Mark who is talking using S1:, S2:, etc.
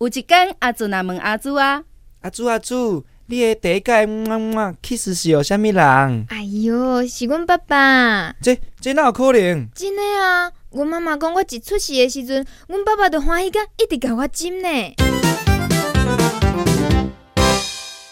S1: 有一天，阿祖若问阿祖啊，
S2: 阿祖阿祖，你的第一届嗯么么 kiss 是有啥物人？
S3: 哎哟，是阮爸爸，
S2: 这这哪有可能？
S3: 真的啊！阮妈妈讲我一出世的时阵，阮爸爸就欢喜甲一直甲我จิ้呢。